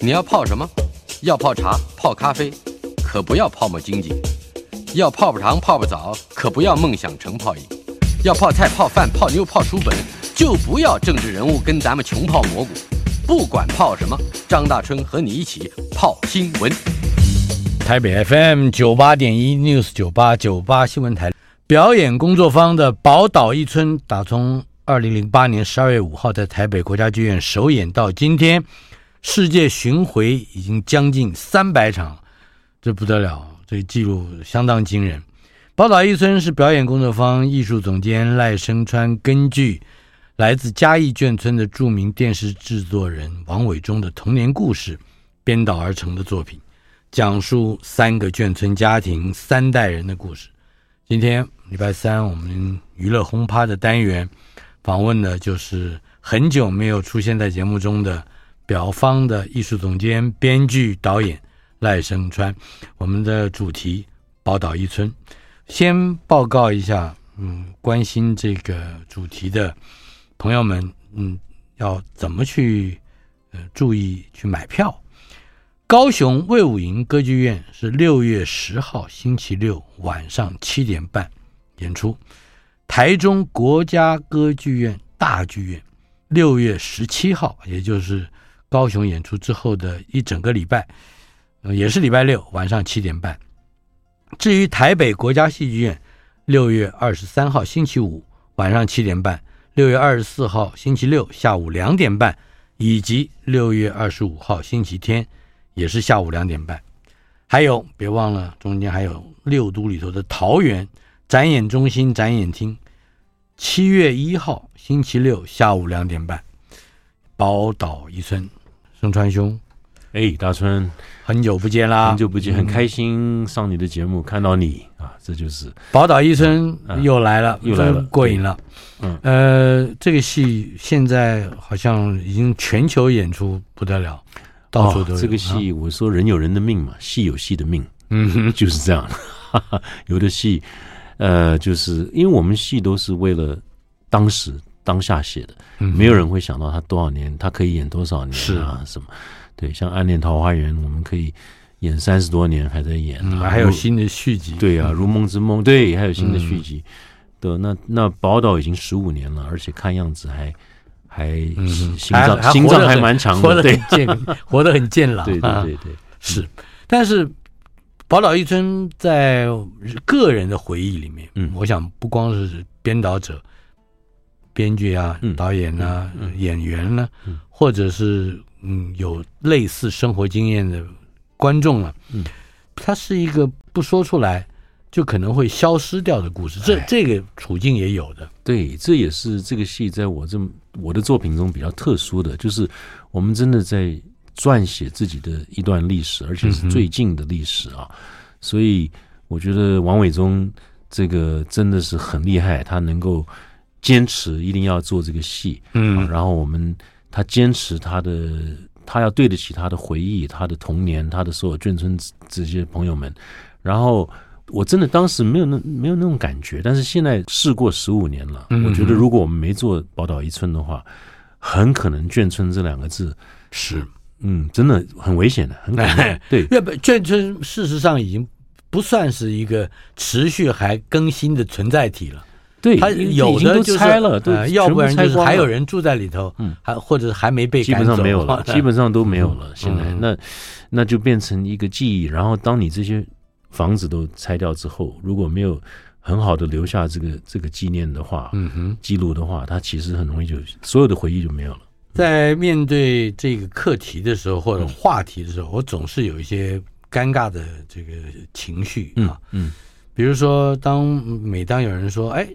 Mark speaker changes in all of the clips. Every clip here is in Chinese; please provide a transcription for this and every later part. Speaker 1: 你要泡什么？要泡茶、泡咖啡，可不要泡沫经济；要泡泡糖、泡泡澡，可不要梦想成泡影；要泡菜、泡饭、泡妞、泡书本，就不要政治人物跟咱们穷泡蘑菇。不管泡什么，张大春和你一起泡新闻。
Speaker 2: 台北 FM 九八点一 News 九八九八新闻台表演工作坊的《宝岛一村》，打从二零零八年十二月五号在台北国家剧院首演到今天，世界巡回已经将近三百场，这不得了，这记录相当惊人。《宝岛一村》是表演工作坊艺术总监赖声川根据来自嘉义眷村的著名电视制作人王伟忠的童年故事编导而成的作品。讲述三个眷村家庭三代人的故事。今天礼拜三，我们娱乐轰趴的单元访问的就是很久没有出现在节目中的表方的艺术总监、编剧、导演赖声川。我们的主题《宝岛一村》，先报告一下，嗯，关心这个主题的朋友们，嗯，要怎么去呃注意去买票？高雄魏武营歌剧院是六月十号星期六晚上七点半演出，台中国家歌剧院大剧院六月十七号，也就是高雄演出之后的一整个礼拜，呃也是礼拜六晚上七点半。至于台北国家戏剧院，六月二十三号星期五晚上七点半，六月二十四号星期六下午两点半，以及六月二十五号星期天。也是下午两点半。还有，别忘了中间还有六都里头的桃园展演中心展演厅，七月一号星期六下午两点半，宝岛一村，盛川兄，
Speaker 3: 哎，大春，
Speaker 2: 很久不见啦！
Speaker 3: 很久不见，很开心上你的节目，看到你啊，这就是
Speaker 2: 宝岛一村
Speaker 3: 嗯
Speaker 2: 又来了，
Speaker 3: 又来了
Speaker 2: 真过瘾了。
Speaker 3: 嗯
Speaker 2: 呃，这个戏现在好像已经全球演出，不得了，到处都有、
Speaker 3: 哦这个
Speaker 2: 啊，
Speaker 3: 戏。我说人有人的命嘛，戏有戏的命，
Speaker 2: 嗯哼，
Speaker 3: 就是这样。 哈哈，有的戏，呃，就是因为我们戏都是为了当时当下写的，
Speaker 2: 嗯哼
Speaker 3: 没有人会想到他多少年，他可以演多少年
Speaker 2: 是
Speaker 3: 啊，什么？对，像《暗恋桃花源》，我们可以演三十多年还在演
Speaker 2: 嗯，
Speaker 3: 啊，
Speaker 2: 还有
Speaker 3: 如
Speaker 2: 新的续集，
Speaker 3: 对啊，《如梦之梦》对，还有新的续集。
Speaker 2: 嗯
Speaker 3: 对，那那宝岛已经十五年了，而且看样子还还
Speaker 2: 嗯
Speaker 3: 心
Speaker 2: 哼
Speaker 3: 心脏
Speaker 2: 还
Speaker 3: 心脏
Speaker 2: 还活得
Speaker 3: 还
Speaker 2: 很
Speaker 3: 蛮强
Speaker 2: 活得
Speaker 3: 的，对
Speaker 2: 很健，活得很健朗。
Speaker 3: 对
Speaker 2: 啊
Speaker 3: 对对对，
Speaker 2: 是。但是宝岛一村在个人的回忆里面，
Speaker 3: 嗯
Speaker 2: 我想不光是编导者、编剧啊、
Speaker 3: 嗯
Speaker 2: 导演啊、
Speaker 3: 嗯嗯
Speaker 2: 演员呢、
Speaker 3: 嗯
Speaker 2: 或者是嗯有类似生活经验的观众了、
Speaker 3: 嗯，
Speaker 2: 它是一个不说出来就可能会消失掉的故事，这
Speaker 3: 哎
Speaker 2: 这个处境也有的。
Speaker 3: 对，这也是这个戏在我这么我的作品中比较特殊的，就是我们真的在撰写自己的一段历史，而且
Speaker 2: 嗯哼
Speaker 3: 是最近的历史啊。所以我觉得王伟忠这个真的是很厉害，他能够坚持一定要做这个戏，啊
Speaker 2: 嗯
Speaker 3: 然后我们他坚持他的，他要对得起他的回忆、他的童年、他的所有眷村这些朋友们。然后我真的当时没有那没有那种感觉，但是现在事过十五年了，
Speaker 2: 嗯
Speaker 3: 我觉得如果我们没做宝岛一村的话，很可能眷村这两个字，
Speaker 2: 是。
Speaker 3: 嗯，真的很危险的，很可 能对。
Speaker 2: 月本眷村事实上已经不算是一个持续还更新的存在体了，
Speaker 3: 对，
Speaker 2: 它
Speaker 3: 因为
Speaker 2: 有
Speaker 3: 已经
Speaker 2: 的
Speaker 3: 都
Speaker 2: 就是
Speaker 3: 拆了，对，
Speaker 2: 呃要
Speaker 3: 全部
Speaker 2: 不然
Speaker 3: 拆
Speaker 2: 就是
Speaker 3: 光
Speaker 2: 还
Speaker 3: 了
Speaker 2: 有 人住在里头，
Speaker 3: 嗯
Speaker 2: 还或者还没被
Speaker 3: 基
Speaker 2: 赶
Speaker 3: 本
Speaker 2: 走，
Speaker 3: 上没 有了，基本上都没有了。现在、
Speaker 2: 嗯
Speaker 3: 那那就变成一个记忆。然后当你这些房子都拆掉之后，如果没有很好的留下这个这个纪念的话，
Speaker 2: 嗯哼，
Speaker 3: 记录的话，它其实很容易就所有的回忆就没有了。
Speaker 2: 在面对这个课题的时候或者话题的时
Speaker 3: 嗯
Speaker 2: 候，我总是有一些尴尬的这个情绪啊，
Speaker 3: 嗯
Speaker 2: 比如说，当每当有人说：“哎，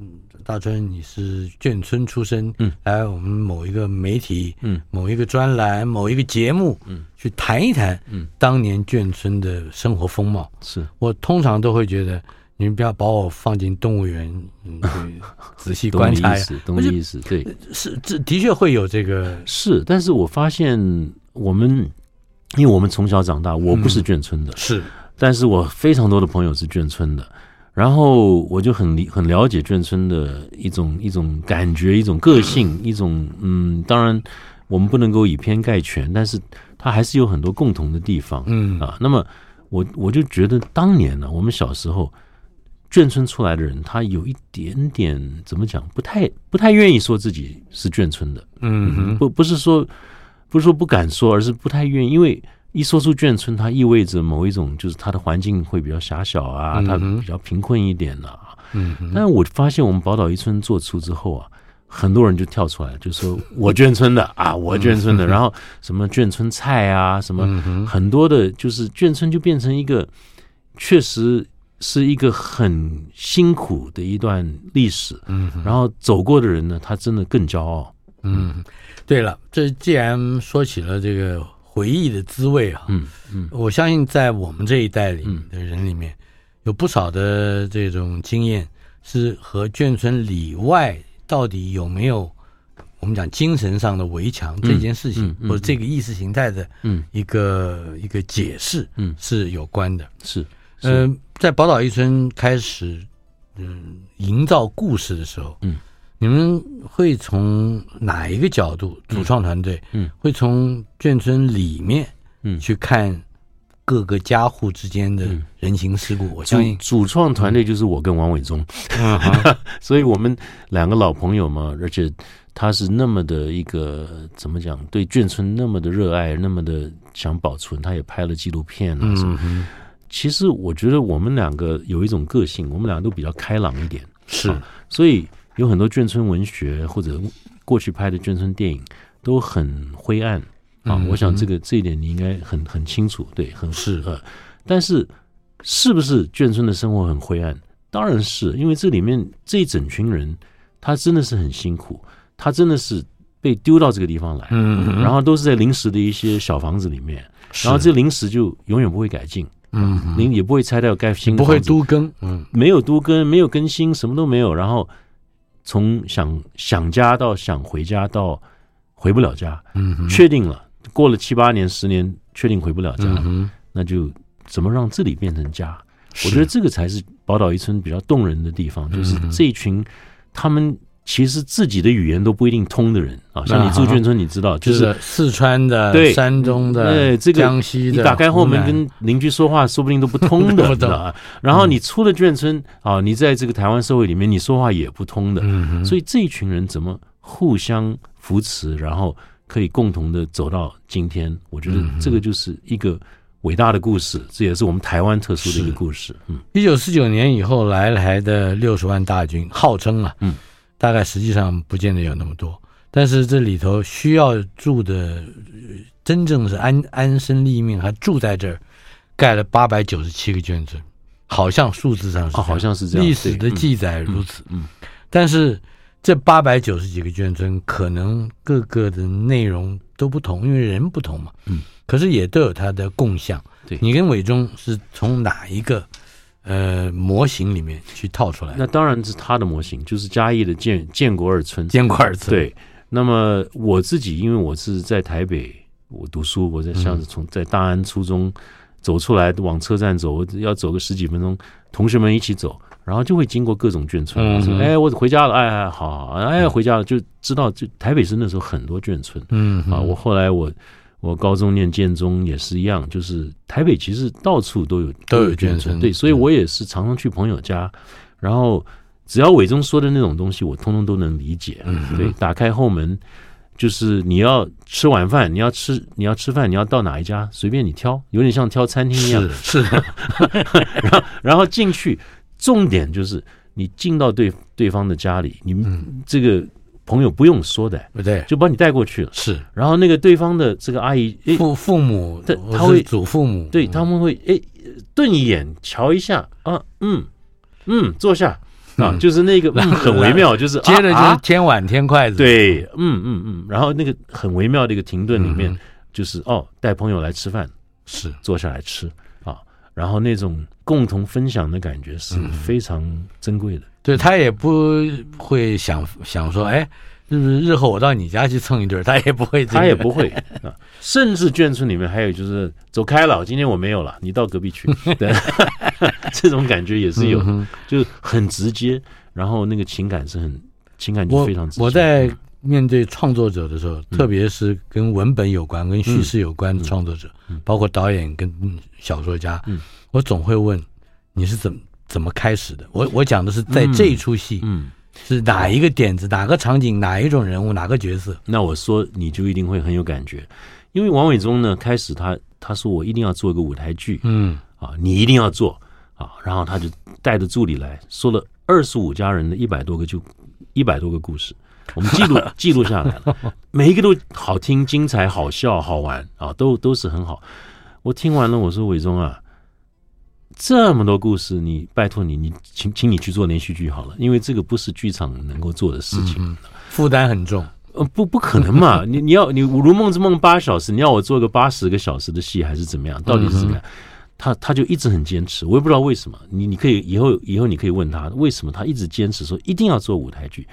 Speaker 2: 嗯大春你是眷村出身，
Speaker 3: 嗯，
Speaker 2: 来我们某一个媒体，
Speaker 3: 嗯，
Speaker 2: 某一个专栏，某一个节目，
Speaker 3: 嗯，
Speaker 2: 去谈一谈，
Speaker 3: 嗯，
Speaker 2: 当年眷村的生活风貌。”
Speaker 3: 是
Speaker 2: 我通常都会觉得，你们不要把我放进动物园，嗯，去仔细
Speaker 3: 懂
Speaker 2: 观
Speaker 3: 你
Speaker 2: 察
Speaker 3: 意
Speaker 2: 一下。啊
Speaker 3: 思，懂你
Speaker 2: 我就
Speaker 3: 意思，对，
Speaker 2: 是，这的确会有这个，
Speaker 3: 是。但是我发现我们，因为我们从小长大，我
Speaker 2: 嗯
Speaker 3: 不是眷村的，
Speaker 2: 是，
Speaker 3: 但是我非常多的朋友是眷村的，然后我就很理很了解眷村的一种一种嗯感觉、一种个性、一种嗯，当然我们不能够以偏概全，但是它还是有很多共同的地方
Speaker 2: 嗯
Speaker 3: 啊。那么我我就觉得当年呢、我们小时候眷村出来的人，他有一点点怎么讲，不太不太愿意说自己是眷村的，
Speaker 2: 嗯哼，
Speaker 3: 不不是说不是说不敢说，而是不太愿意，因为一说出眷村，它意味着某一种就是它的环境会比较狭小啊，
Speaker 2: 嗯
Speaker 3: 它
Speaker 2: 哼
Speaker 3: 比较贫困一点呐、啊。
Speaker 2: 嗯哼，
Speaker 3: 但是我发现我们宝岛一村做出之后啊，很多人就跳出来，就说我眷村 的啊，我眷村的，然后什么眷村菜啊，什么
Speaker 2: 嗯哼，
Speaker 3: 很多的，就是眷村就变成一个确实是一个很辛苦的一段历史。
Speaker 2: 嗯哼，
Speaker 3: 然后走过的人呢，他真的更骄傲。
Speaker 2: 嗯，对了，这既然说起了这个回忆的滋味啊，
Speaker 3: 嗯嗯
Speaker 2: 我相信在我们这一代里
Speaker 3: 嗯
Speaker 2: 的人里面，有不少的这种经验是和眷村里外到底有没有我们讲精神上的围墙这件事情
Speaker 3: 嗯，嗯
Speaker 2: 或者这个意识形态的
Speaker 3: 嗯，
Speaker 2: 一个一个解释，
Speaker 3: 嗯
Speaker 2: 是有关的。
Speaker 3: 是是
Speaker 2: 嗯、在宝岛一村开始，嗯，营造故事的时候，
Speaker 3: 嗯，
Speaker 2: 你们会从哪一个角度？主创团队，
Speaker 3: 嗯
Speaker 2: 会从眷村里面，
Speaker 3: 嗯
Speaker 2: 去看各个家户之间的
Speaker 3: 嗯
Speaker 2: 人情世故。我相
Speaker 3: 主
Speaker 2: 信，
Speaker 3: 主创团队就是我跟王伟忠，
Speaker 2: 嗯哼
Speaker 3: 所以我们两个老朋友嘛，而且他是那么的一个怎么讲，对眷村那么的热爱，那么的想保存，他也拍了纪录片啊什么。
Speaker 2: 嗯哼，
Speaker 3: 其实我觉得我们两个有一种个性，我们两个都比较开朗一点，
Speaker 2: 是
Speaker 3: 啊所以有很多眷村文学或者过去拍的眷村电影都很灰暗啊。
Speaker 2: 嗯
Speaker 3: 我想这个这一点你应该很很清楚，对，很
Speaker 2: 是
Speaker 3: 呃。但是是不是眷村的生活很灰暗？当然是因为这里面这一整群人，他真的是很辛苦，他真的是被丢到这个地方来，
Speaker 2: 嗯哼，
Speaker 3: 然后都是在临时的一些小房子里面，
Speaker 2: 是
Speaker 3: 然后这临时就永远不会改进，
Speaker 2: 嗯哼，
Speaker 3: 您也不会拆掉盖新
Speaker 2: 不会
Speaker 3: 房子
Speaker 2: 都更，嗯
Speaker 3: 没有都更，没有更新，什么都没有。然后从想想家到想回家到回不了家，
Speaker 2: 嗯哼，
Speaker 3: 确定了，过了七八年、十年，确定回不了家，
Speaker 2: 嗯哼，
Speaker 3: 那就怎么让这里变成家？我觉得这个才是宝岛一村比较动人的地方，
Speaker 2: 嗯
Speaker 3: 就是这一群他们其实自己的语言都不一定通的人啊。像你住眷村，你知道，就是是
Speaker 2: 的四川的、
Speaker 3: 对
Speaker 2: 山东的、
Speaker 3: 对这个
Speaker 2: 江西的，
Speaker 3: 你打开后门
Speaker 2: 湖南
Speaker 3: 跟邻居说话，说不定都不通
Speaker 2: 不
Speaker 3: 的，
Speaker 2: 懂
Speaker 3: 你知道 吧然后你出了眷村啊，你在这个台湾社会里面，你说话也不通的。
Speaker 2: 嗯哼，
Speaker 3: 所以这一群人怎么互相扶持，然后可以共同的走到今天？我觉得这个就是一个伟大的故事，这也是我们台湾特殊的一个故事。嗯
Speaker 2: 一九四九年以后来台的六十万大军，号称啊，
Speaker 3: 嗯，
Speaker 2: 大概实际上不见得有那么多，但是这里头需要住的，呃真正是安安身立命，还住在这儿，盖了八百九十七个眷村，好像数字上是这
Speaker 3: 哦，
Speaker 2: 样、
Speaker 3: 好像是这样，
Speaker 2: 历史的
Speaker 3: 对
Speaker 2: 记载如此，
Speaker 3: 嗯嗯嗯
Speaker 2: 但是这八百九十几个眷村，可能各个的内容都不同，因为人不同嘛，
Speaker 3: 嗯，
Speaker 2: 可是也都有它的共享。
Speaker 3: 对
Speaker 2: 你跟伟忠是从哪一个呃模型里面去套出来的？
Speaker 3: 那当然是他的模型，就是嘉义的建建国二村。
Speaker 2: 坚果二次，
Speaker 3: 对，那么我自己因为我是在台北，我读书，我在像是
Speaker 2: 嗯
Speaker 3: 从在大安初中走出来，往车站走，我要走个十几分钟，同学们一起走，然后就会经过各种眷村，
Speaker 2: 嗯哼
Speaker 3: 说哎，我回家了，哎，哎好好，好哎，回家了，就知道就台北市那时候很多眷村
Speaker 2: 嗯
Speaker 3: 啊，我后来我。我高中念建中也是一样，就是台北其实到处都有
Speaker 2: 都有嗯眷
Speaker 3: 眷
Speaker 2: 村
Speaker 3: 对，所以我也是常常去朋友家，然后只要伟忠说的那种东西，我通通都能理解。
Speaker 2: 嗯
Speaker 3: 对，打开后门，就是你要吃晚饭，你要吃你要吃饭，你要到哪一家随便你挑，有点像挑餐厅一样
Speaker 2: 是。是，
Speaker 3: 然后进去，重点就是你进到对对方的家里，你
Speaker 2: 嗯
Speaker 3: 这个朋友不用说的，
Speaker 2: 不对，
Speaker 3: 就把你带过去了。
Speaker 2: 是
Speaker 3: 然后那个对方的这个阿姨，诶，
Speaker 2: 父父母，
Speaker 3: 对
Speaker 2: 我
Speaker 3: 他
Speaker 2: 是
Speaker 3: 会
Speaker 2: 祖父母，
Speaker 3: 对他们会诶顿一眼，瞧一下啊，嗯嗯，坐下啊，就是那个、嗯很微妙，就是
Speaker 2: 接着就
Speaker 3: 啊
Speaker 2: 是天碗天筷子，，
Speaker 3: 对，嗯嗯嗯，然后那个很微妙的一个停顿里面，
Speaker 2: 嗯哼
Speaker 3: 就是哦，带朋友来吃饭，
Speaker 2: 是
Speaker 3: 坐下来吃啊，然后那种共同分享的感觉是非常珍贵的。
Speaker 2: 对他也不会想想说，哎，日日后我到你家去蹭一顿，他也不会这个，
Speaker 3: 他也不会啊，甚至眷村里面还有就是走开了，今天我没有了，你到隔壁 去，对， 这种感觉也是有，
Speaker 2: 嗯哼
Speaker 3: 就是很直接，然后那个情感是很情感就
Speaker 2: 我
Speaker 3: 非常直接。嗯
Speaker 2: 我在面对创作者的时候，特别是跟文本有关、跟
Speaker 3: 嗯
Speaker 2: 叙事有关的创作者，包括导演跟小说家，
Speaker 3: 嗯
Speaker 2: 我总会问你是怎么怎么开始的。我我讲的是在这一出戏、
Speaker 3: 嗯，
Speaker 2: 是哪一个点子、哪个场景、哪一种人物、哪个角色。
Speaker 3: 那我说你就一定会很有感觉，因为王伟忠呢，开始他他说我一定要做一个舞台剧
Speaker 2: 嗯
Speaker 3: 啊，你一定要做啊，然后他就带着助理来说了二十五家人的一百多个就一百多个故事，我们记录记录下来了，每一个都好听、精彩、好笑、好玩啊，都都是很好。我听完了，我说伟忠啊，这么多故事，你拜托你，你请请你去做连续剧好了，因为这个不是剧场能够做的事情。
Speaker 2: 嗯，负担很重。
Speaker 3: 呃，不不可 能嘛！你你要你如梦之梦八小时，你要我做个八十个小时的戏还是怎么样？到底是怎么样？他他就一直很坚持，我也不知道为什么。你你可以以后以后你可以问他为什么他一直坚持说一定要做舞台剧。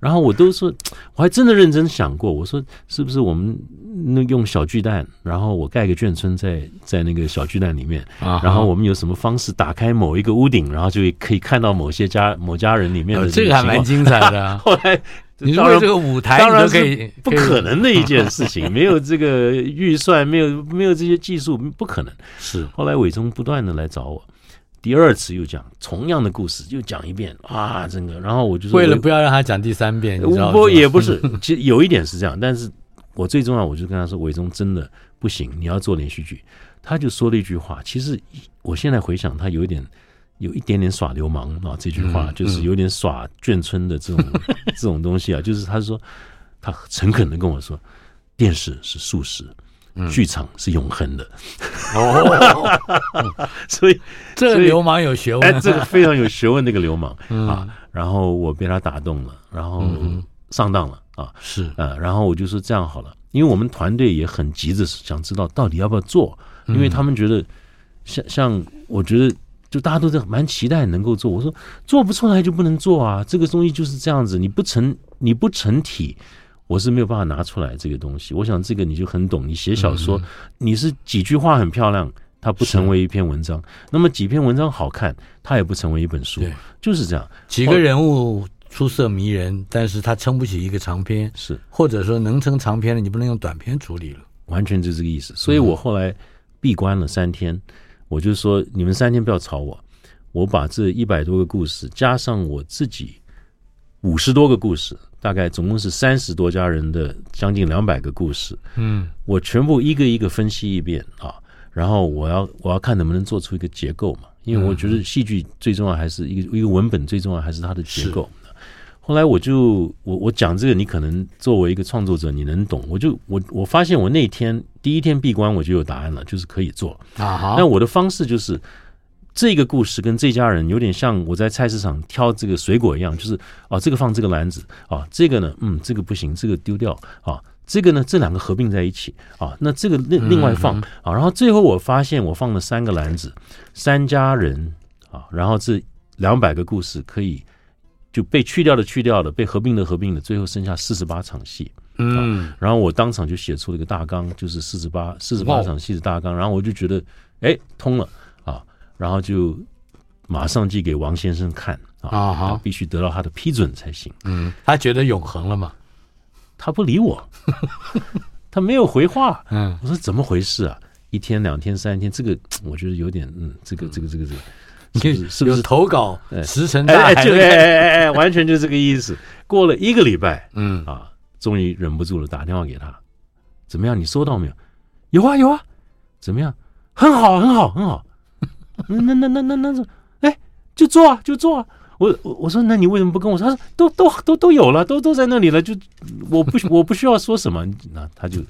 Speaker 3: 然后我都说，我还真的认真想过，我说是不是我们那用小巨蛋，然后我盖个眷村在在那个小巨蛋里面，
Speaker 2: 啊
Speaker 3: 然后我们有什么方式打开某一个屋顶，然后就可以看到某些家某家人里面的
Speaker 2: 呃这个还
Speaker 3: 情
Speaker 2: 蛮
Speaker 3: 况
Speaker 2: 精彩的、啊
Speaker 3: 。后来
Speaker 2: 你
Speaker 3: 当
Speaker 2: 说
Speaker 3: 然
Speaker 2: 这个舞台，
Speaker 3: 当然
Speaker 2: 你都可
Speaker 3: 是
Speaker 2: 以，
Speaker 3: 不
Speaker 2: 可以
Speaker 3: 可能的一件 事情，没有这个预算，没有没有这些技术，不可能。
Speaker 2: 是
Speaker 3: 后来伟忠不断的来找我，第二次又讲同样的故事，又讲一遍啊，整个，然后我就说
Speaker 2: 为了不要让他讲第三遍，你知道
Speaker 3: 我不
Speaker 2: 是吧
Speaker 3: 也 不是，其实有一点是这样，但是我最重要，我就跟他说，伟忠真的不行，你要做连续剧。他就说了一句话，其实我现在回想，他有一点。有一点点耍流氓啊，这句话、
Speaker 2: 嗯
Speaker 3: 就是有点耍眷村的 这种这种东西啊，就是他说他诚恳的跟我说，电视是速食，剧场是永恒的，
Speaker 2: 嗯哦，
Speaker 3: 所以
Speaker 2: 这个
Speaker 3: 所以
Speaker 2: 流氓有学问
Speaker 3: 哎，这个非常有学问那个流氓啊
Speaker 2: 嗯，，
Speaker 3: 然后我被他打动了，然后
Speaker 2: 嗯
Speaker 3: 上当了啊，
Speaker 2: 是
Speaker 3: 呃，然后我就说这样好了，因为我们团队也很急着想知道到底要不要做，因为他们觉得像像我觉得就大家都在蛮期待能够做，我说做不出来就不能做啊，这个东西就是这样子，你不成你不成体。我是没有办法拿出来这个东西，我想这个你就很懂。你写小说，你是几句话很漂亮，它不成为一篇文章；那么几篇文章好看，它也不成为一本书
Speaker 2: 对，
Speaker 3: 就是这样。
Speaker 2: 几个人物出色迷人，但是他撑不起一个长篇，
Speaker 3: 是，
Speaker 2: 或者说能撑长篇的，你不能用短篇处理了。
Speaker 3: 完全就这个意思。所以我后来闭关了三天，我就说你们三天不要吵我，我把这一百多个故事加上我自己五十多个故事，大概总共是三十多家人的将近两百个故事，
Speaker 2: 嗯，
Speaker 3: 我全部一个一个分析一遍啊，然后我要我要看能不能做出一个结构嘛，因为我觉得戏剧最重要还是一个一个文本最重要还是它的结构。后来我就我我讲这个，你可能作为一个创作者，你能懂。我就我我发现我那天第一天闭关我就有答案了，就是可以做。
Speaker 2: 啊哈
Speaker 3: 但，我的方式就是，这个故事跟这家人有点像我在菜市场挑这个水果一样，就是啊，这个放这个篮子啊，这个呢，嗯，这个不行，这个丢掉啊，这个呢，这两个合并在一起啊，那这个
Speaker 2: 嗯
Speaker 3: 另另外放啊，然后最后我发现我放了三个篮子，三家人啊，然后这两百个故事可以。就被去掉的去掉的，被合并的合并的，最后剩下四十八场戏。哦
Speaker 2: 嗯，
Speaker 3: 然后我当场就写出了一个大纲，就是四十八四十
Speaker 2: 哇哦
Speaker 3: 八场戏的大纲。然后我就觉得，哎，通了啊，然后就马上寄给王先生看啊，
Speaker 2: 啊
Speaker 3: 他
Speaker 2: 哈，
Speaker 3: 必须得到他的批准才行。
Speaker 2: 嗯，他觉得永恒了嘛？
Speaker 3: 他不理我， 他没有回话。
Speaker 2: 嗯，
Speaker 3: 我说怎么回事啊？一天、两天、三天，这个我觉得有点，嗯，这个、这个、这个、这个，
Speaker 2: 你
Speaker 3: 是不是是不
Speaker 2: 有
Speaker 3: 是
Speaker 2: 投稿
Speaker 3: 哎
Speaker 2: 石沉
Speaker 3: 哎
Speaker 2: 大
Speaker 3: 哎，
Speaker 2: 海
Speaker 3: 就
Speaker 2: 的
Speaker 3: 哎
Speaker 2: 感觉，
Speaker 3: 哎哎哎，完全就是这个意思。 过了一个礼拜
Speaker 2: 嗯，
Speaker 3: 啊，终于忍不住了，打电话给他，怎么样？你收到没有？有啊有啊，怎么样？很好很好很好。 那那那那那那，哎，就做啊就做啊。我我我说那你为什么不跟我说？他说都都都都有了，都都在那里了，就我不我不需要说什么， 那他就，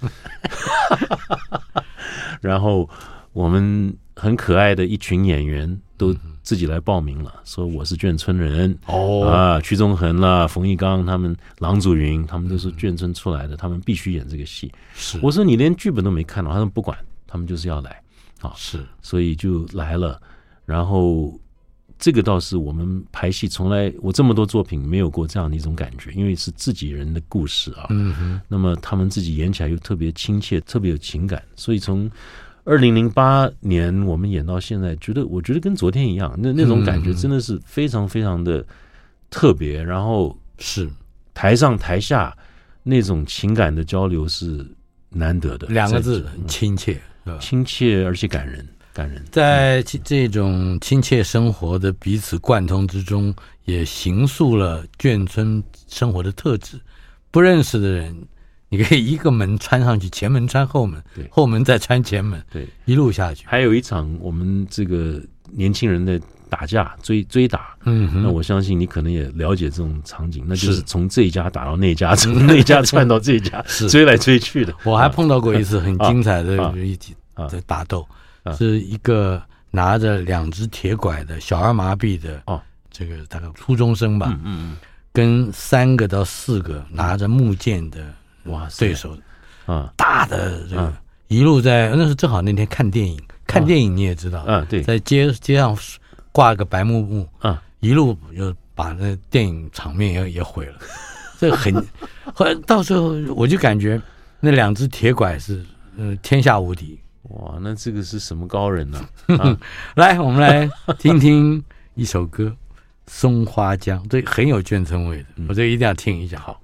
Speaker 3: 然后我们很可爱的一群演员都
Speaker 2: 嗯
Speaker 3: 自己来报名了，说我是眷村人，
Speaker 2: 哦，
Speaker 3: 啊，屈中恒啦、冯玉刚他们、郎祖云他们都是眷村出来的，他们必须演这个戏。
Speaker 2: 嗯是
Speaker 3: 我说你连剧本都没看哦到，他们不管，他们就是要来，
Speaker 2: 是，
Speaker 3: 所以就来了。然后这个倒是我们排戏从来我这么多作品没有过这样的一种感觉，因为是自己人的故事啊。
Speaker 2: 嗯哼，
Speaker 3: 那么他们自己演起来又特别亲切，特别有情感，所以从。二零零八年，我们演到现在，觉得我觉得跟昨天一样，那那种感觉
Speaker 2: 嗯
Speaker 3: 真的是非常非常的特别。然后
Speaker 2: 是
Speaker 3: 台上台下，那种情感的交流是难得的。
Speaker 2: 两个
Speaker 3: 在
Speaker 2: 字
Speaker 3: 嗯
Speaker 2: 亲切，对吧？
Speaker 3: 亲切而且感人，感人。
Speaker 2: 在这这种亲切生活的彼此贯通之中，也形塑了眷村生活的特质。不认识的人，你可以一个门穿上去，前门穿后门
Speaker 3: 对，
Speaker 2: 后门再穿前门，
Speaker 3: 对，
Speaker 2: 一路下去。
Speaker 3: 还有一场我们这个年轻人的打架追追打，
Speaker 2: 嗯哼，
Speaker 3: 那我相信你可能也了解这种场景，那就是是从这一家打到那一家，从那一家窜到这 一家，追来追去的。
Speaker 2: 我还碰到过一次很精彩的
Speaker 3: 啊
Speaker 2: 一起
Speaker 3: 啊
Speaker 2: 的打斗
Speaker 3: 啊，
Speaker 2: 是一个拿着两只铁拐的小儿麻痹的
Speaker 3: 哦
Speaker 2: 这个大概初中生吧，
Speaker 3: 嗯嗯
Speaker 2: 跟三个到四个拿着木剑的
Speaker 3: 嗯，哇塞，
Speaker 2: 对手
Speaker 3: 啊
Speaker 2: 大的这个
Speaker 3: 啊
Speaker 2: 一路在那是正好那天看电影，看电影你也知道，
Speaker 3: 啊对
Speaker 2: 在街街上挂个白幕幕，
Speaker 3: 啊，
Speaker 2: 一路就把那电影场面也也毁了， 这很，后来到时候我就感觉那两只铁拐是呃天下无敌。
Speaker 3: 哇，那这个是什么高人啊呢？
Speaker 2: 来，我们来听听一首歌《松花江》，这很有眷村味的，我这个一定要听一下。好，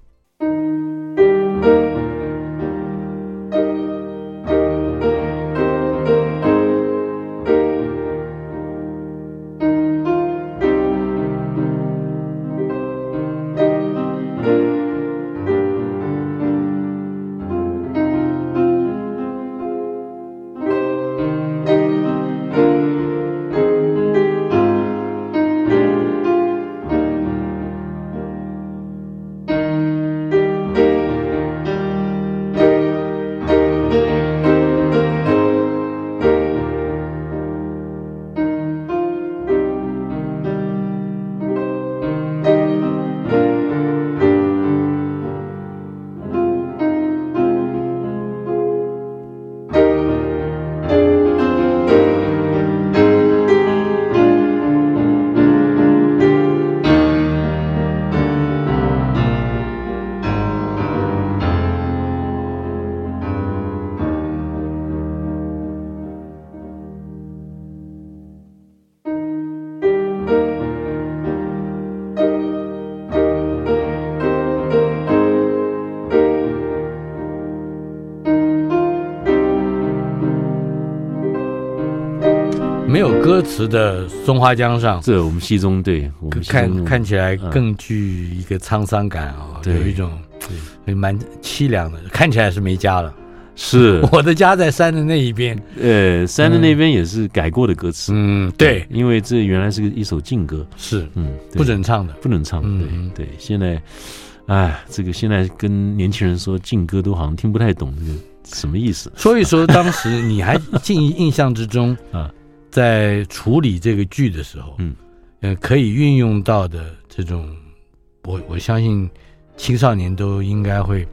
Speaker 2: 没有歌词的《松花江上》
Speaker 3: 这我们戏中对，我们戏
Speaker 2: 看
Speaker 3: 中
Speaker 2: 看起来更具一个沧桑感啊、
Speaker 3: 对
Speaker 2: 有一种蛮凄凉的，看起来是没家了。
Speaker 3: 是
Speaker 2: 我的家在山的那一边。
Speaker 3: 呃，山的那边也是改过的歌词，
Speaker 2: 嗯，对，
Speaker 3: 因为这原来是个一首禁歌，
Speaker 2: 是
Speaker 3: 嗯，对
Speaker 2: 不准唱的。
Speaker 3: 不能唱，
Speaker 2: 嗯
Speaker 3: 对对，现在。哎，这个现在跟年轻人说禁歌都好像听不太懂这个什么意思。
Speaker 2: 所以说，当时你还记忆印象之 中
Speaker 3: 啊，
Speaker 2: 在处理这个剧的时候，
Speaker 3: 嗯，
Speaker 2: 呃，可以运用到的这种，我我相信青少年都应该会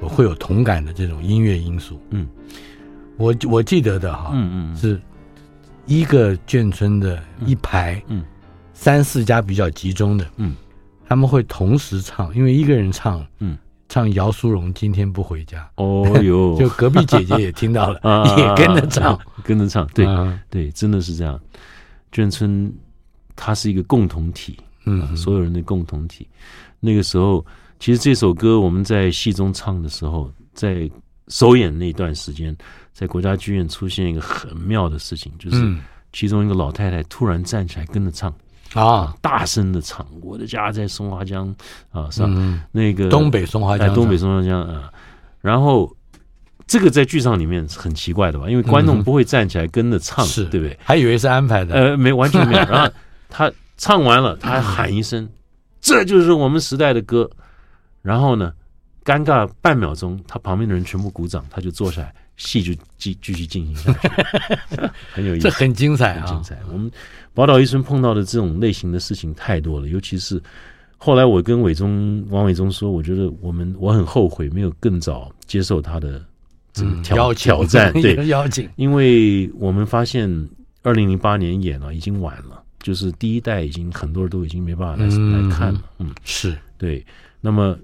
Speaker 2: 会有同感的这种音乐因素。
Speaker 3: 嗯，
Speaker 2: 我我记得的哈，
Speaker 3: 嗯嗯嗯，
Speaker 2: 啊是一个眷村的一排，
Speaker 3: 嗯嗯
Speaker 2: 三四家比较集中的，
Speaker 3: 嗯，
Speaker 2: 他们会同时唱，因为一个人唱，
Speaker 3: 嗯，
Speaker 2: 唱姚苏荣今天不回家，
Speaker 3: 哦 哟，
Speaker 2: 就隔壁姐姐也听到了，
Speaker 3: 啊
Speaker 2: 也跟着唱，，
Speaker 3: 跟着唱，对
Speaker 2: 嗯
Speaker 3: 对，真的是这样。眷村它是一个共同体，
Speaker 2: 嗯，
Speaker 3: 所有人的共同体。那个时候，其实这首歌我们在戏中唱的时候，在首演那段时间，在国家剧院出现一个很妙的事情，就是
Speaker 2: 嗯
Speaker 3: 其中一个老太太突然站起来跟着唱，
Speaker 2: 啊，
Speaker 3: 大声的唱：“我的家在松花江啊，上
Speaker 2: 嗯，
Speaker 3: 那个
Speaker 2: 东北松花
Speaker 3: 在
Speaker 2: 江，
Speaker 3: 哎东北松花江啊。然后这个在剧场里面是很奇怪的吧？因为观
Speaker 2: 嗯哼
Speaker 3: 众不会站起来跟着唱，
Speaker 2: 是
Speaker 3: 对不对？
Speaker 2: 还以为是安排的，
Speaker 3: 呃，没完全没有。然后他唱完了，他还喊一声：“这就是我们时代的歌。”然后呢，尴尬半秒钟，他旁边的人全部鼓掌，他就坐下来，戏就继继续进行下去，很有意思
Speaker 2: 这。很精彩
Speaker 3: 很
Speaker 2: 啊
Speaker 3: 精，彩。我们宝岛一村碰到的这种类型的事情太多了，尤其是后来我跟伟忠、王伟忠说，我觉得我们我很后悔没有更早接受他的这个
Speaker 2: 嗯
Speaker 3: 挑、
Speaker 2: 邀请
Speaker 3: 挑 战，对，
Speaker 2: 邀请，
Speaker 3: 因为我们发现二零零八年演了已经晚了，就是第一代已经很多人都已经没办法来、
Speaker 2: 嗯
Speaker 3: 来看了，嗯，
Speaker 2: 是
Speaker 3: 对。那么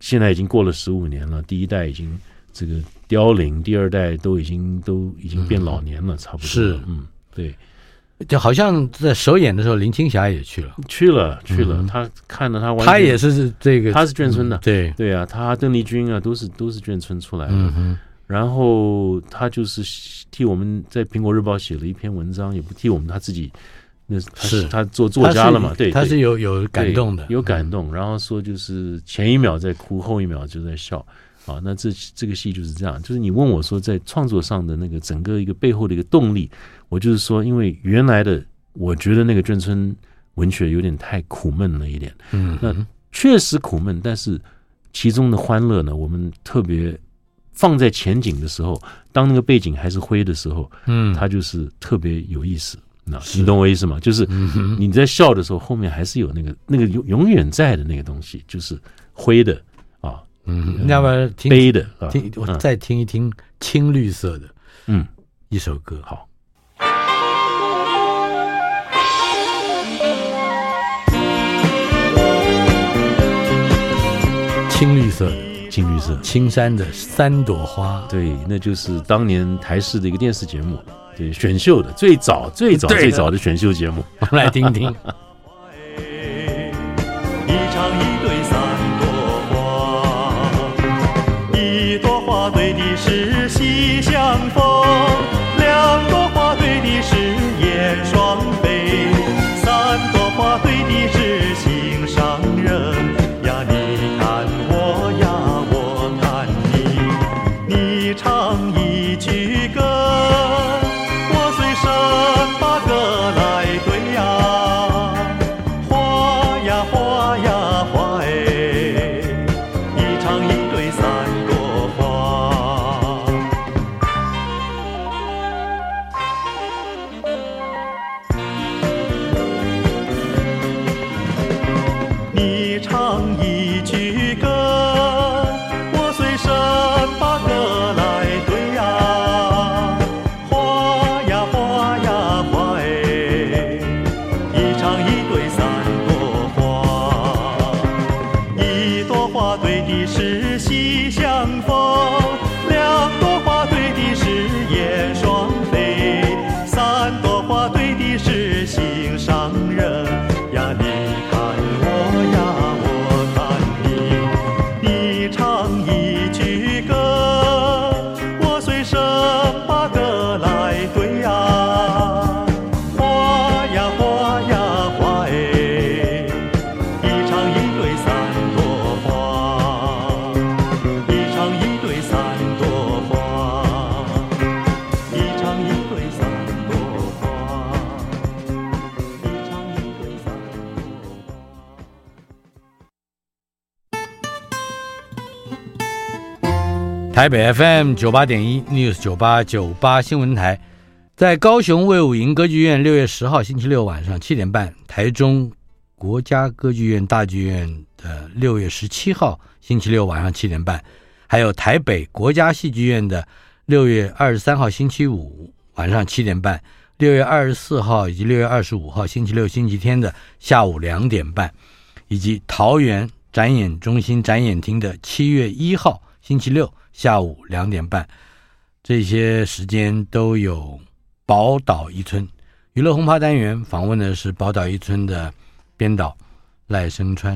Speaker 3: 现在已经过了十五年了，第一代已经。这个凋零，第二代都已经都已经变老年了，差
Speaker 2: 嗯
Speaker 3: 不多了。
Speaker 2: 是
Speaker 3: 嗯，对，
Speaker 2: 就好像在首演的时候，林青霞也去了，
Speaker 3: 去了去了，
Speaker 2: 嗯
Speaker 3: 他看了他完全，
Speaker 2: 她也是这个，嗯
Speaker 3: 他是眷村的，
Speaker 2: 对，
Speaker 3: 对啊，他邓丽君啊都是都是眷村出来的，
Speaker 2: 嗯哼，
Speaker 3: 然后他就是替我们在《苹果日报》写了一篇文章，也不替我们他自己，那他
Speaker 2: 是
Speaker 3: 他做作家了嘛？对，
Speaker 2: 他
Speaker 3: 对
Speaker 2: 是有有感动的，嗯
Speaker 3: 对有感动。然后说就是前一秒在哭，后一秒就在笑啊。那这这个戏就是这样，就是你问我说在创作上的那个整个一个背后的一个动力，我就是说，因为原来的我觉得那个眷村文学有点太苦闷了一点。
Speaker 2: 嗯，
Speaker 3: 那
Speaker 2: 嗯
Speaker 3: 确实苦闷，但是其中的欢乐呢，我们特别放在前景的时候，当那个背景还是灰的时候，
Speaker 2: 嗯，
Speaker 3: 它就是特别有意思。那
Speaker 2: 是嗯
Speaker 3: 你懂我意思吗？就是你在笑的时候，后面还是有那个那个永永远在的那个东西，就是灰的啊，
Speaker 2: 嗯，要不然听
Speaker 3: 悲的啊。
Speaker 2: 听我
Speaker 3: 嗯
Speaker 2: 再听一听青绿色的
Speaker 3: 嗯，
Speaker 2: 一首歌，
Speaker 3: 好，
Speaker 2: 青绿色的
Speaker 3: 金绿色。
Speaker 2: 青山的三朵花，
Speaker 3: 对，那就是当年台视的一个电视节目，对选秀的最早最早
Speaker 2: 对
Speaker 3: 最早的选秀节目。
Speaker 2: 我们来听 听。
Speaker 4: 一场一对三朵花，一朵花对的是西厢风，两朵花对的是燕双飞，三朵花对的是心上人呀，你看我呀，我看你，你唱一句歌，我随身把歌来对呀。花呀花呀花哎，一唱一对三朵花。你唱一句歌，我随身把歌来对呀，花呀花呀花哎，一唱一对三朵花。一朵花对的是西厢风，两朵花对的是燕双飞，三朵花对的是心上人呀，你看我呀，我看你，你唱一句歌，我随身把歌来对呀。花呀花呀花哎，一唱一对三朵花，一唱一对三朵花，一唱一对三朵花，一唱一对三朵花。
Speaker 2: 台北 FM 九八点一 News 九八九八新闻台，在高雄魏武营歌剧院六月十号星期六晚上七点半，台中国家歌剧院大剧院的六月十七号星期六晚上七点半，还有台北国家戏剧院的六月二十三号星期五晚上七点半，六月二十四号以及六月二十五号星期六、星期天的下午两点半。以及桃园展演中心展演厅的七月一号星期六下午两点半，这些时间都有宝岛一村娱乐轰趴单元访问的是宝岛一村的编导赖声川，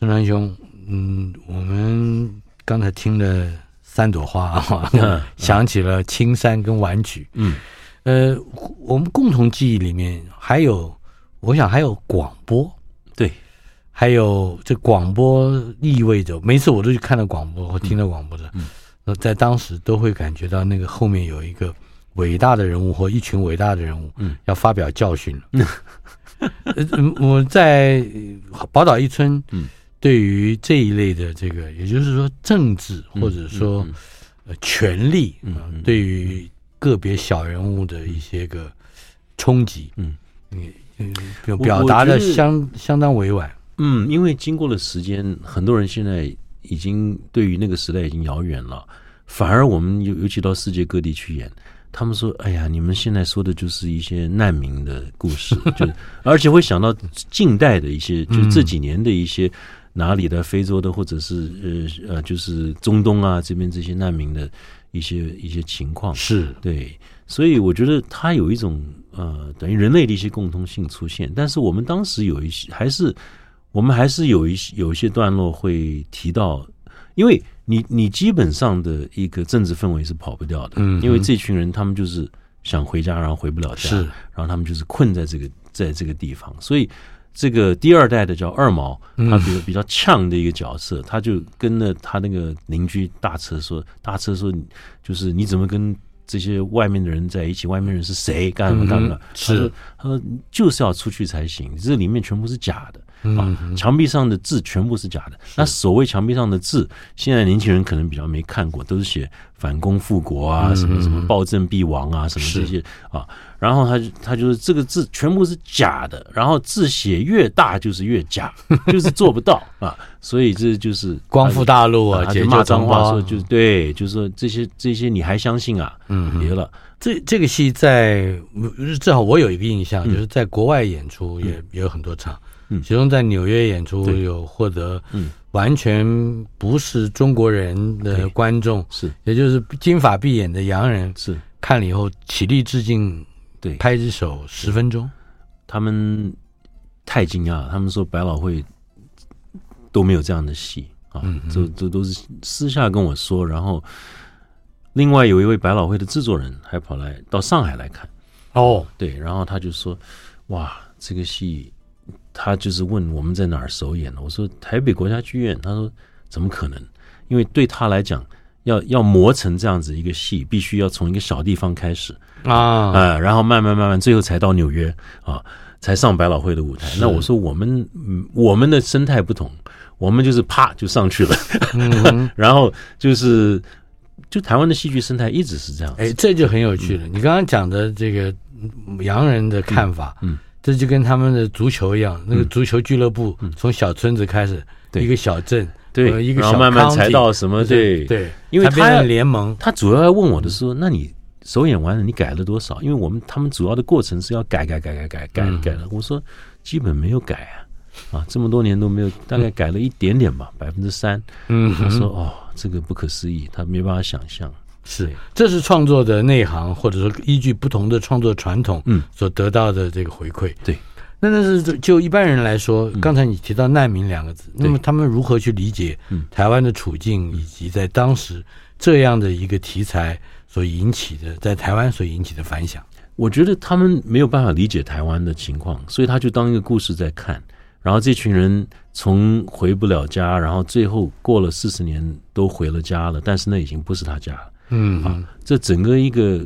Speaker 2: 声川兄，嗯，我们刚才听了三朵花啊， 想起了青山跟玩曲，
Speaker 3: 嗯，
Speaker 2: 呃，我们共同记忆里面还有，我想还有广播，
Speaker 3: 对，
Speaker 2: 还有这广播意味着，每次我都去看到广播或听到广播的，
Speaker 3: 嗯
Speaker 2: 那、在当时都会感觉到那个后面有一个伟大的人物或一群伟大的人物，
Speaker 3: 嗯，
Speaker 2: 要发表教训了。 呃嗯 我在呃宝岛一村，
Speaker 3: 嗯，
Speaker 2: 对于这一类的这个，也就是说政治或者说、
Speaker 3: 嗯嗯
Speaker 2: 呃权力，
Speaker 3: 嗯
Speaker 2: 啊
Speaker 3: 嗯
Speaker 2: 对于个别小人物的一些个冲击，
Speaker 3: 嗯
Speaker 2: 嗯，嗯表
Speaker 3: 我
Speaker 2: 表达的
Speaker 3: 我觉得
Speaker 2: 相相当委婉。
Speaker 3: 嗯，因为经过了时间，很多人现在已经对于那个时代已经遥远了，反而我们尤尤其到世界各地去演，他们说：“哎呀，你们现在说的就是一些难民的故事，就而且会想到近代的一些，就这几年的一些哪里的非洲的，或者是呃呃，就是中东啊这边这些难民的一些一些情况。
Speaker 2: 是
Speaker 3: 对，所以我觉得它有一种呃，等于人类的一些共通性出现。但是我们当时有一些，还是我们还是有一些有一些段落会提到，因为你你基本上的一个政治氛围是跑不掉的，
Speaker 2: 嗯哼
Speaker 3: 因为这群人他们就是想回家，然后回不了家，
Speaker 2: 是
Speaker 3: 然后他们就是困在这个在这个地方，所以。这个第二代的叫二毛，
Speaker 2: 嗯
Speaker 3: 他比较比较呛的一个角色，他就跟着他那个邻居大车说：“大车说，就是你怎么跟这些外面的人在一起？外面人是谁？干什么干什么
Speaker 2: 嗯哼？”
Speaker 3: 他说
Speaker 2: 是
Speaker 3: 他说就是要出去才行，这里面全部是假的。
Speaker 2: 嗯
Speaker 3: 啊，墙壁上的字全部是假的。那所谓墙壁上的字，现在年轻人可能比较没看过，都是写反攻复国啊，
Speaker 2: 嗯
Speaker 3: 什么什么暴政必亡啊，什么这些啊。然后他就他就是这个字全部是假的，然后字写越大就是越 假，就是做不到啊。所以这就是
Speaker 2: 光复大陆
Speaker 3: 啊，
Speaker 2: 啊，
Speaker 3: 他
Speaker 2: 解
Speaker 3: 就
Speaker 2: 救
Speaker 3: 骂
Speaker 2: 同
Speaker 3: 脏
Speaker 2: 胞
Speaker 3: 话说就是对，就是说这些这些你还相信啊？嗯，别了，
Speaker 2: 这这个戏在嗯正好我有一个印象，就是在国外演出也、也有很多场，
Speaker 3: 嗯
Speaker 2: 其中在纽约演出
Speaker 3: 对
Speaker 2: 有获得
Speaker 3: 嗯
Speaker 2: 完全不是中国人的
Speaker 3: 对
Speaker 2: 观众，
Speaker 3: 是
Speaker 2: 也就是金发碧眼的洋人
Speaker 3: 是，
Speaker 2: 看了以后起立致敬，
Speaker 3: 对
Speaker 2: 拍一手十分钟，
Speaker 3: 他们太惊讶了，他们说百老汇都没有这样的戏啊，这这都是私下跟我说。然后，另外有一位百老汇的制作人还跑来到上海来看，
Speaker 2: 哦，
Speaker 3: 对，然后他就说：“哇，这个戏，他就是问我们在哪儿首演的。”我说：“台北国家剧院。”他说：“怎么可能？因为对他来讲。”要要磨成这样子一个戏，必须要从一个小地方开始，
Speaker 2: 啊，
Speaker 3: 啊、然后慢慢慢慢，最后才到纽约啊，才上百老汇的舞台。那我说我们嗯我们的生态不同，我们就是啪就上去了，
Speaker 2: 嗯
Speaker 3: 然后就是就台湾的戏剧生态一直是这样。嗯
Speaker 2: 哎，这就很有趣了。你刚刚讲的这个嗯洋人的看法，
Speaker 3: 嗯嗯嗯
Speaker 2: 这就跟他们的足球一样，那个足球俱乐部从小村子开始，
Speaker 3: 对
Speaker 2: 一个小镇，呃
Speaker 3: 对，
Speaker 2: 一个
Speaker 3: 然
Speaker 2: 小
Speaker 3: 后慢慢
Speaker 2: county，
Speaker 3: 才到什么对
Speaker 2: 对，
Speaker 3: 因为
Speaker 2: 才变
Speaker 3: 他
Speaker 2: 成联盟
Speaker 3: 他主要要问我的是说，那你首演完了，你改了多少？因为我们他们主要的过程是要改改改改改改
Speaker 2: 嗯
Speaker 3: 改了。我说基本没有改啊，啊，这么多年都没有，大概改了一点点吧，百分之三。
Speaker 2: 嗯，
Speaker 3: 他说哦，这个不可思议，他没办法想象。
Speaker 2: 是，这是创作的内行，或者说依据不同的创作传统，
Speaker 3: 嗯，
Speaker 2: 所得到的这个回馈。
Speaker 3: 对，嗯
Speaker 2: 那但是就就一般人来说，刚才你提到难民两个字，那么他们如何去理解
Speaker 3: 嗯
Speaker 2: 台湾的处境，以及在当时这样的一个题材所引起的，在台湾所引起的反响？
Speaker 3: 我觉得他们没有办法理解台湾的情况，所以他就当一个故事在看。然后这群人从回不了家，然后最后过了四十年都回了家了，但是那已经不是他家了。
Speaker 2: 嗯啊，
Speaker 3: 这整个一个，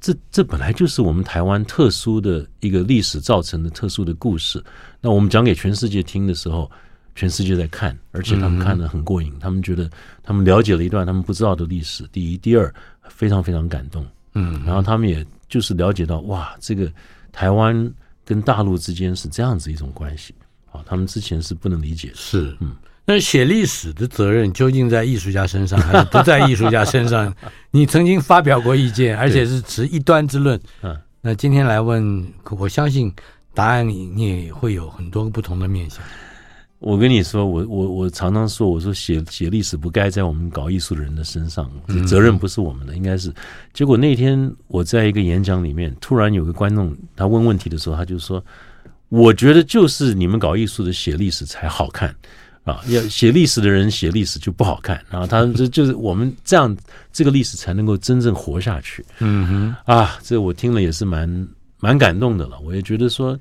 Speaker 3: 这这本来就是我们台湾特殊的一个历史造成的特殊的故事。那我们讲给全世界听的时候，全世界在看，而且他们看得很过瘾，他们觉得他们了解了一段他们不知道的历史。第一，第二，非常非常感动。
Speaker 2: 嗯，
Speaker 3: 然后他们也就是了解到，哇，这个台湾跟大陆之间是这样子一种关系啊，他们之前是不能理解的。
Speaker 2: 是，嗯。那写历史的责任究竟在艺术家身上，还是不在艺术家身 上？你曾经发表过意见，而且是持一端之论。
Speaker 3: 嗯，
Speaker 2: 那今天来问，我相信答案你你也会有很多不同的面向。
Speaker 3: 我跟你说，我我我常常说，我说写写历史不该在我们搞艺术的人的身上，责任不是我们的，应该是。结果那天我在一个演讲里面，突然有个观众他问问题的时候，他就说：“我觉得就是你们搞艺术的写历史才好看啊，要写历史的人写历史就不好看。”然后他这就是我们这样，这个历史才能够真正活下去。
Speaker 2: 嗯
Speaker 3: 啊，这我听了也是蛮蛮感动的了。我也觉得说，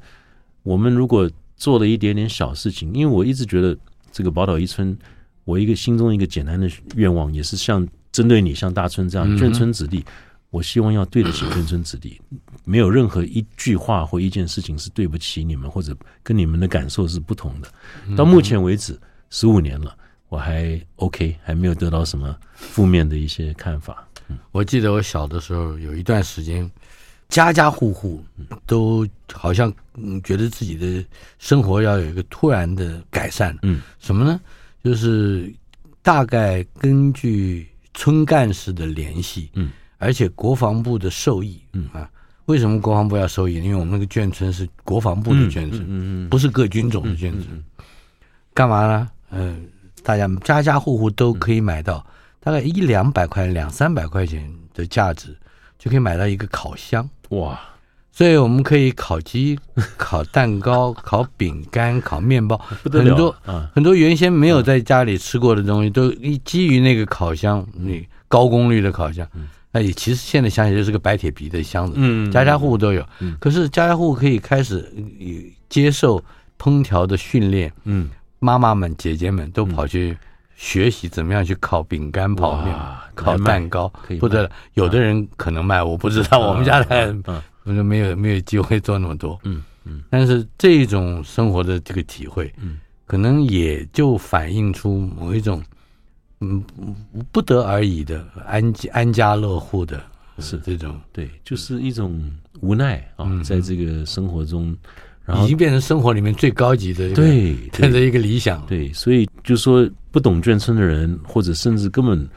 Speaker 3: 我们如果做了一点点小事情，因为我一直觉得这个宝岛一村，我一个心中一个简单的愿望，也是像针对你像大村这样眷村子弟，我希望要对得起眷村子弟，没有任何一句话或一件事情是对不起你们或者跟你们的感受是不同的。到目前为止，十五年了。我还 OK，还没有得到什么负面的一些看法。
Speaker 2: 哼，我记得我小的时候有一段时间，家家户户都好像嗯觉得自己的生活要有一个突然的改善。
Speaker 3: 嗯，
Speaker 2: 什么呢？就是大概根据村干事的联系，
Speaker 3: 嗯，
Speaker 2: 而且国防部的授意，
Speaker 3: 嗯
Speaker 2: 啊，为什么国防部要授意？因为我们那个眷村是国防部的眷村，
Speaker 3: 嗯嗯嗯
Speaker 2: 不是各军种的呃眷村。干嘛呢？嗯、大家家家户户都可以买到大概一两百块、两三百块钱的价值，就可以买到一个烤箱。
Speaker 3: 哇，
Speaker 2: 所以我们可以烤鸡、 烤蛋 糕、烤饼干、烤面包，
Speaker 3: 不得了
Speaker 2: 很多
Speaker 3: 啊！
Speaker 2: 很多原先没有在家里吃过的东西，都一基于那个烤箱，
Speaker 3: 嗯
Speaker 2: 那高功率的烤箱，那也其实现在想起来就是个白铁皮的箱子，
Speaker 3: 嗯，
Speaker 2: 家家户户都有
Speaker 3: 嗯。
Speaker 2: 可是家家户户可以开始呃接受烹调的训练，
Speaker 3: 嗯，
Speaker 2: 妈妈们、姐姐们都跑去学习怎么样去烤饼干、
Speaker 3: 哇
Speaker 2: 泡面、烤
Speaker 3: 难卖
Speaker 2: 蛋糕
Speaker 3: 可以，卖
Speaker 2: 不得了。有的人可能卖，我不知道，我们家的
Speaker 3: 嗯嗯
Speaker 2: 我就没有没有机会做那么多。
Speaker 3: 嗯嗯，
Speaker 2: 但是这种生活的这个体会，
Speaker 3: 嗯，
Speaker 2: 可能也就反映出某一种，嗯，不得而已的安安家乐户的呃
Speaker 3: 是
Speaker 2: 这种，
Speaker 3: 对，就是一种无奈啊，
Speaker 2: 嗯
Speaker 3: 在这个生活中，然后
Speaker 2: 已经变成生活里面最高级的一个
Speaker 3: 对
Speaker 2: 这
Speaker 3: 对
Speaker 2: 的一个理想。
Speaker 3: 对，所以就说不懂眷村的人，或者甚至根本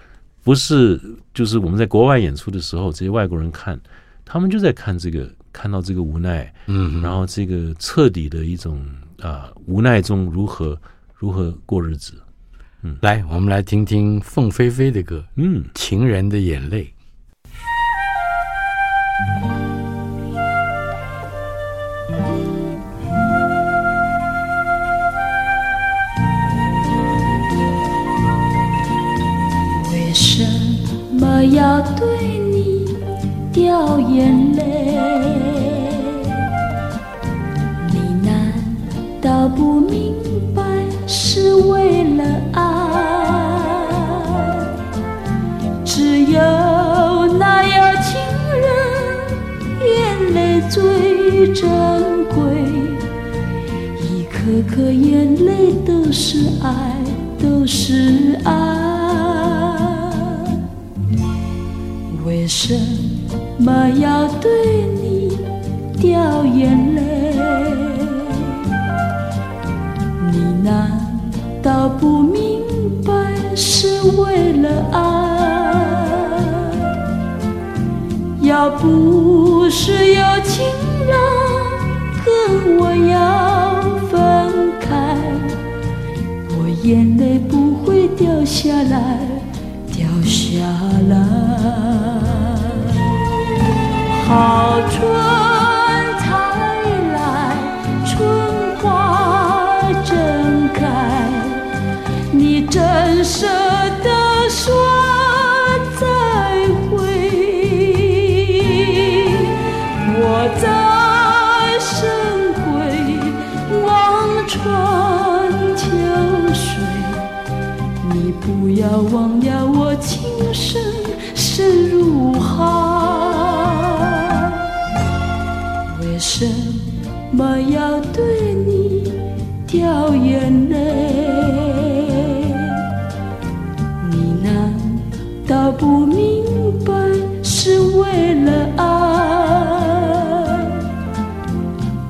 Speaker 3: 不是，就是我们在国外演出的时候，这些外国人看，他们就在看这个，看到这个无奈，
Speaker 2: 嗯，
Speaker 3: 然后这个彻底的一种啊、无奈中如何如何过日子。
Speaker 2: 来，我们来听听凤飞飞的歌
Speaker 3: 嗯，
Speaker 2: 《情人的眼泪》。
Speaker 5: 为什么要对你掉眼泪？你难道不明白是为了爱？只有那有情人，眼泪最珍贵。一颗颗眼泪都是爱，都是爱。为什么要对你掉眼泪？你难道不明白是为了爱？要不是有情人跟我要分开，我眼泪不会掉下来，掉下来。好春才来，春花正开。你真舍得说再会，我在深闺望穿秋水，你不要忘了我情深深如海。为什么要对你掉眼泪？你难道不明白是为了爱？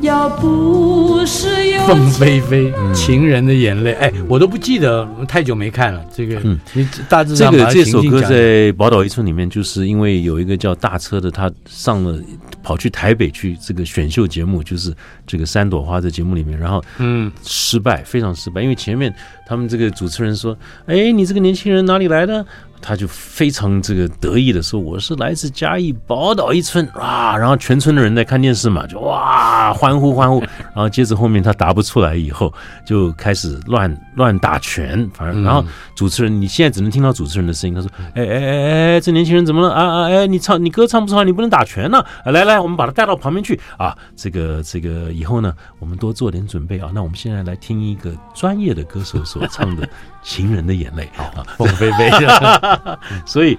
Speaker 5: 要不是有
Speaker 2: 凤飞飞，
Speaker 3: 嗯
Speaker 2: 情人的眼泪》。哎，我都不记得，太久没看了。这个，你大致
Speaker 3: 嗯这
Speaker 2: 上把
Speaker 3: 个
Speaker 2: 它
Speaker 3: 这
Speaker 2: 情
Speaker 3: 首
Speaker 2: 境
Speaker 3: 歌
Speaker 2: 讲
Speaker 3: 在《宝岛一村》里面，就是因为有一个叫大车的，他上了跑去台北去这个选秀节目，就是这个三朵花在节目里面，然后
Speaker 2: 嗯，
Speaker 3: 失败，非常失败，因为前面他们这个主持人说：“哎，你这个年轻人哪里来的？”他就非常这个得意的说：“我是来自嘉义宝岛一村啊！”然后全村的人在看电视嘛，就哇欢呼欢呼。然后接着后面他答不出来以后，就开始乱乱打拳，反正然后主持人你现在只能听到主持人的声音，他说：“哎哎哎哎哎，这年轻人怎么了啊啊哎，你唱你歌唱不出来，你不能打拳呢、啊来来，我们把他带到旁边去啊！这个这个以后呢，我们多做点准备啊。那我们现在来听一个专业的歌手所唱的《情人的眼泪》啊。
Speaker 2: 凤飞 飞，
Speaker 3: 所以，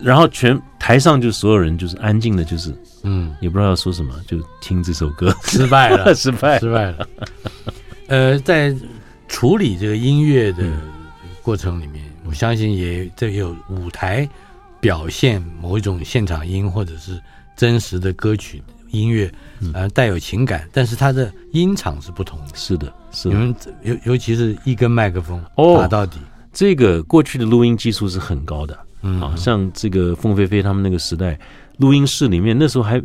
Speaker 3: 然后全台上就所有人就是安静的，就是
Speaker 2: 嗯，
Speaker 3: 也不知道要说什么，就听这首歌，
Speaker 2: 失败了
Speaker 3: 失败。
Speaker 2: 失败了。呃，在处理这个音乐的
Speaker 3: 嗯
Speaker 2: 过程里面，我相信也这有舞台表现某一种现场音或者是真实的歌曲音乐，
Speaker 3: 嗯
Speaker 2: 呃，带有情感，但是它的音场是不同的。
Speaker 3: 是的，是
Speaker 2: 你
Speaker 3: 的。
Speaker 2: 们尤尤其是一根麦克风
Speaker 3: 哦
Speaker 2: 打到底，
Speaker 3: 这个过去的录音技术是很高的，
Speaker 2: 嗯
Speaker 3: 啊，像这个凤飞飞他们那个时代，录音室里面那时候还，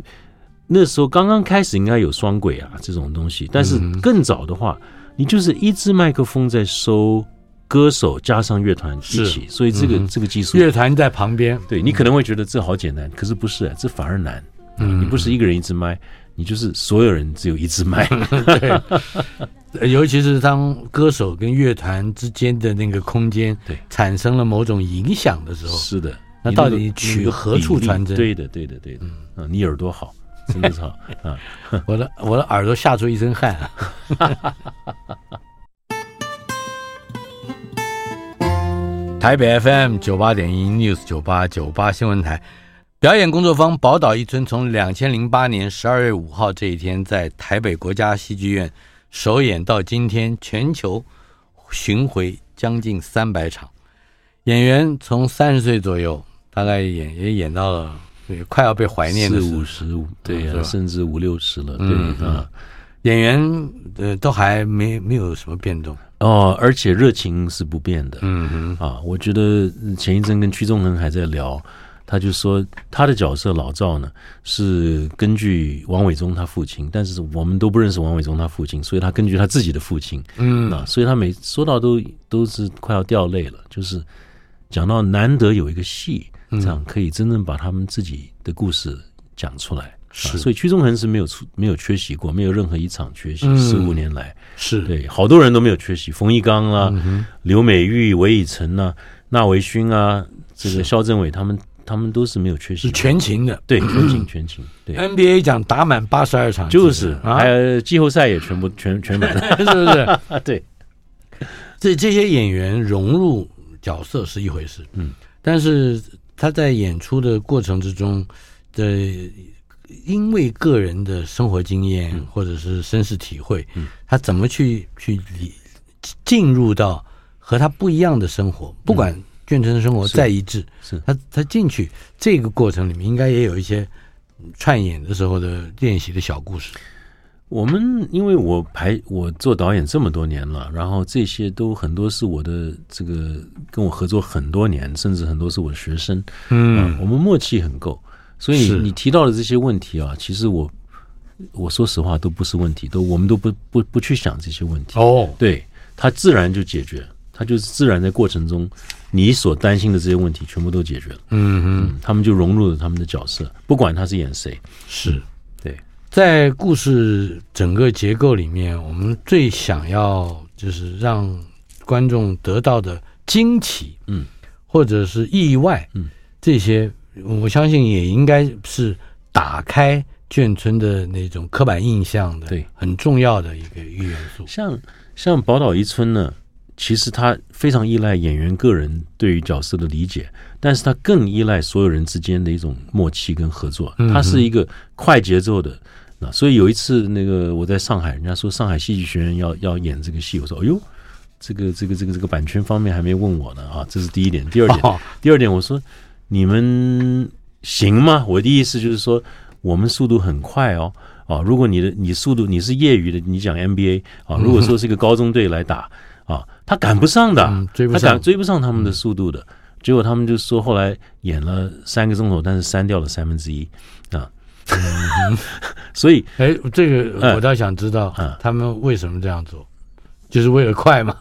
Speaker 3: 那时候刚刚开始应该有双轨
Speaker 2: 嗯
Speaker 3: 啊这种东西，但是更早的话，你就是一支麦克风在收歌手加上乐团一起，所以这个、
Speaker 2: 嗯哼
Speaker 3: 这个技术，
Speaker 2: 乐团在旁边，
Speaker 3: 对你可能会觉得这好简单，可是不是、啊这反而难。
Speaker 2: 嗯
Speaker 3: 你不是一个人一支麦，你就是所有人只有一 支麦。
Speaker 2: 呃尤其是当歌手跟乐团之间的那个空间
Speaker 3: 对
Speaker 2: 产生了某种影响的时候，
Speaker 3: 是的，
Speaker 2: 哦那
Speaker 3: 你
Speaker 2: 到
Speaker 3: 个
Speaker 2: 底
Speaker 3: 你
Speaker 2: 取
Speaker 3: 那个
Speaker 2: 何处
Speaker 3: 比例
Speaker 2: 传真
Speaker 3: 对的，对的，对的。嗯，你耳朵好，真的 是好啊。
Speaker 2: 我的我的耳朵吓出一身汗啊！ 台北 FM 九八点一 News 九八九八新闻台表演工作坊宝岛一村从两千零八年十二月五号这一天在台北国家戏剧院首演到今天，全球巡回将近三百场，演员从三十岁左右，大概演也演到了也快要被怀念的
Speaker 3: 四
Speaker 2: 时候
Speaker 3: 五十五，对
Speaker 2: 是
Speaker 3: 呀、
Speaker 2: 吧
Speaker 3: 甚至五六十了，
Speaker 2: 嗯
Speaker 3: 对啊。
Speaker 2: 演员呃都还没没有什么变动，
Speaker 3: 哦，而且热情是不变的。
Speaker 2: 嗯哼，
Speaker 3: 啊，我觉得前一阵跟屈中恒还在聊，他就说他的角色老赵呢是根据王伟忠他父亲，但是我们都不认识王伟忠他父亲，所以他根据他自己的父亲，
Speaker 2: 嗯
Speaker 3: 那所以他每说到都都是快要掉泪了，就是讲到难得有一个戏，
Speaker 2: 嗯
Speaker 3: 这样可以真正把他们自己的故事讲出来。
Speaker 2: 是
Speaker 3: 啊所以屈中恒是没有出没有缺席过，没有任何一场缺席，
Speaker 2: 嗯
Speaker 3: 十五年来，
Speaker 2: 是，
Speaker 3: 对，好多人都没有缺席，冯一刚啦、
Speaker 2: 嗯哼嗯
Speaker 3: 刘美玉、韦以诚啊、纳维勋啊，这个肖振伟他们，他们都是没有缺席
Speaker 2: 是
Speaker 3: 的，
Speaker 2: 全勤的。
Speaker 3: 对全勤全勤，对，
Speaker 2: NBA 奖打满八十二场，
Speaker 3: 就
Speaker 2: 记
Speaker 3: 是
Speaker 2: 得
Speaker 3: 还
Speaker 2: 啊，
Speaker 3: 有季后赛也全部全全满了
Speaker 2: 是不 是？
Speaker 3: 啊，对，
Speaker 2: 这这些演员融入角色是一回事，
Speaker 3: 嗯，
Speaker 2: 但是他在演出的过程之中的，呃因为个人的生活经验
Speaker 3: 嗯
Speaker 2: 或者是身世体会，嗯、他怎么去去理进入到和他不一样的生活，不管眷村生活
Speaker 3: 嗯是
Speaker 2: 再一致，
Speaker 3: 是
Speaker 2: 他他进去这个过程里面，应该也有一些串演的时候的练习的小故事，
Speaker 3: 我们因为我排我做导演这么多年了，然后这些都很多是我的这个跟我合作很多年，甚至很多是我的学生，嗯，我们默契很够，所以
Speaker 2: 是
Speaker 3: 你提到的这些问题啊，其实我我说实话都不是问题，都我们都不不不去想这些问题，
Speaker 2: 哦，
Speaker 3: 对，它自然就解决，它就是自然在过程中，你所担心的这些问题全部都解决了，
Speaker 2: 嗯嗯，
Speaker 3: 嗯，他们就融入了他们的角色，不管他是演谁，
Speaker 2: 是。
Speaker 3: 对，
Speaker 2: 在故事整个结构里面，我们最想要就是让观众得到的惊奇，
Speaker 3: 嗯，
Speaker 2: 或者是意外，
Speaker 3: 嗯，
Speaker 2: 这些我相信也应该是打开眷村的那种刻板印象的，
Speaker 3: 对，
Speaker 2: 很重要的一个一个元素。
Speaker 3: 像像宝岛一村呢，其实它非常依赖演员个人对于角色的理解，但是它更依赖所有人之间的一种默契跟合作。它是一个快节奏的。那所以有一次，那个我在上海，人家说上海戏剧学院要要演这个戏，我说：“哎呦，这个这个这个这个版权方面还没问我呢啊，这是第一点。第二点，
Speaker 2: 哦
Speaker 3: 第二点我说你们行吗？我的意思就是说我们速度很快哦。啊，如果你的你速度你是业余的，你讲 NBA 啊，
Speaker 2: 嗯
Speaker 3: 如果说是一个高中队来打啊，他赶不上的，
Speaker 2: 嗯追不
Speaker 3: 他
Speaker 2: 上嗯
Speaker 3: 赶追不上他们的速度的。结果他们就说后来演了三个钟头，但是删掉了三分之一啊，
Speaker 2: 嗯
Speaker 3: 所以
Speaker 2: 哎，这个
Speaker 3: 嗯
Speaker 2: 我倒想知道
Speaker 3: 嗯
Speaker 2: 他们为什么这样做，就是为了快嘛？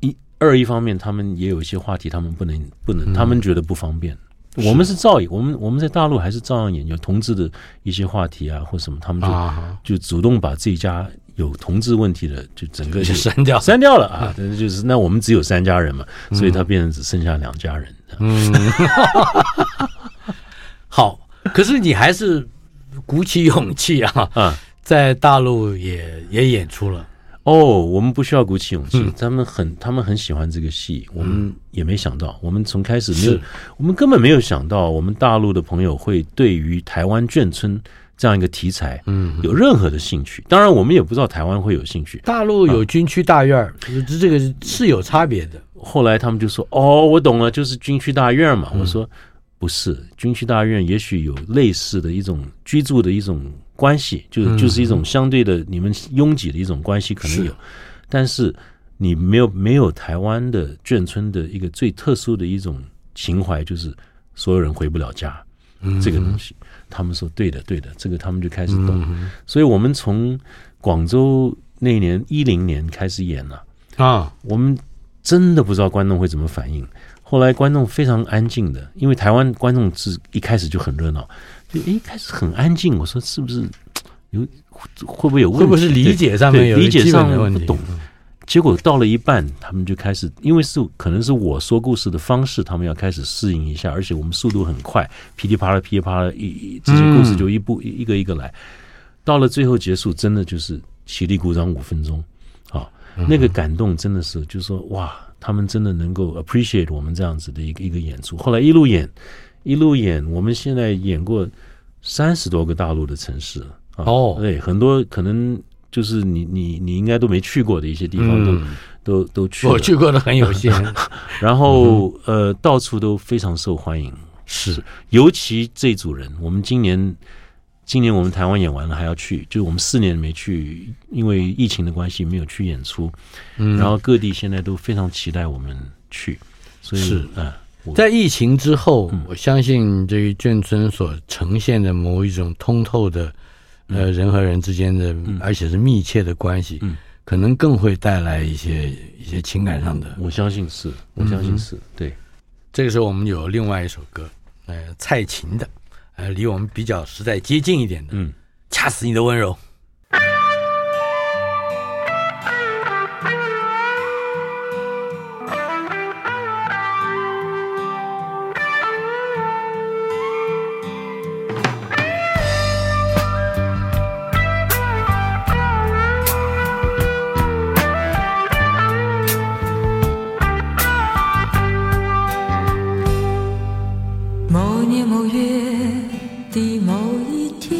Speaker 3: 一二一方面，他们也有一些话题，他们不能不
Speaker 2: 嗯
Speaker 3: 能，他们觉得不方便。我们是照演，我们我们在大陆还是照样演，有同志的一些话题啊，或什么，他们就、
Speaker 2: 啊，
Speaker 3: 就主动把自己家有同志问题的，就整个
Speaker 2: 就
Speaker 3: 就
Speaker 2: 删掉，
Speaker 3: 删掉了啊。但是就是那我们只有三家人嘛，所
Speaker 2: 嗯
Speaker 3: 以他变成只剩下两家人。
Speaker 2: 好，可是你还是鼓起勇气啊，
Speaker 3: 啊
Speaker 2: 在大陆也也演出了，
Speaker 3: 哦，我们不需要鼓起勇气，他们很他们很喜欢这个戏，我们也没想到，我们从开始没有
Speaker 2: 是，
Speaker 3: 我们根本没有想到，我们大陆的朋友会对于台湾眷村这样一个题材，嗯，有任何的兴趣。当然，我们也不知道台湾会有兴趣。
Speaker 2: 大陆有军区大院儿，这这个是有差别的。
Speaker 3: 后来他们就说：“哦，我懂了，就是军区大院嘛。我说：“不是，军区大院也许有类似的一种居住的一种关系，就是就是一种相对的你们拥挤的一种关系，可能有，但是你没有没有台湾的眷村的一个最特殊的一种情怀，就是所有人回不了家，这个东西。”他们说：“对的，对的，这个他们就开始懂。所以我们从广州那一年一零年开始演了。
Speaker 2: 啊，
Speaker 3: 我们真的不知道观众会怎么反应。后来观众非常安静的，因为台湾观众是一开始就很热闹，就诶一开始很安静。我说是不是有会不会有问题？
Speaker 2: 会不会是理解上面
Speaker 3: 对
Speaker 2: 有
Speaker 3: 理解
Speaker 2: 基本
Speaker 3: 上
Speaker 2: 的问
Speaker 3: 不
Speaker 2: 题？
Speaker 3: 懂？结果到了一半，他们就开始，因为是可能是我说故事的方式，他们要开始适应一下，而且我们速度很快，噼里啪啦噼里啪啦，一一这些故事就一步、一个一个来。到了最后结束，真的就是起立鼓掌五分钟，啊，那个感动真的是，就是说哇，他们真的能够 appreciate 我们这样子的一个一个演出。后来一路演，一路演，我们现在演过三十多个大陆的城市了啊
Speaker 2: 哦
Speaker 3: 对，很多可能就是你你你应该都没去过的一些地方都、
Speaker 2: 嗯
Speaker 3: 都都去了，
Speaker 2: 我去过的很有限，
Speaker 3: 然后、呃到处都非常受欢迎，
Speaker 2: 嗯是
Speaker 3: 尤其这组人，我们今年今年我们台湾演完了还要去，就是我们四年没去，因为疫情的关系没有去演出，嗯，然后各地现在都非常期待我们去，所以
Speaker 2: 是
Speaker 3: 啊、我
Speaker 2: 在疫情之后，我相信对于眷村所呈现的某一种通透的，呃，人和人之间的，而且是密切的关系，可能更会带来一些一些情感上的。
Speaker 3: 我相信是，我相信
Speaker 2: 嗯
Speaker 3: 是、对。
Speaker 2: 这个时候，我们有另外一首歌，呃，蔡琴的，呃，离我们比较实在接近一点的，
Speaker 3: 嗯，
Speaker 2: 掐死你的温柔。
Speaker 5: 某年某月的某一天，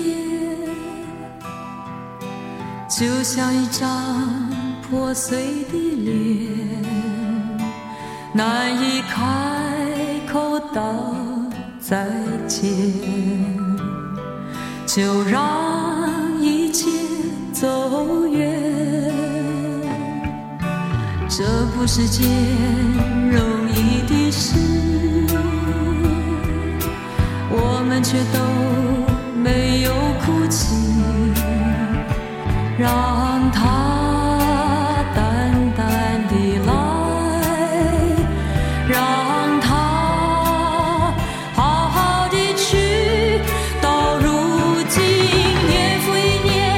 Speaker 5: 就像一张破碎的脸，难以开口道再见，就让一切走远。这不是件容易的事，我们却都没有哭泣，让它淡淡的来，让它好好的去。到如今，年复一年，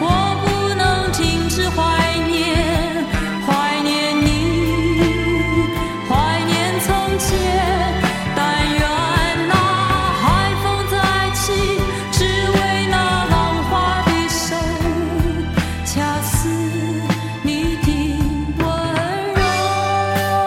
Speaker 5: 我不能停止怀念，怀念你，怀念从前。但愿那海风再起，只为那浪花的手，恰似你的温柔。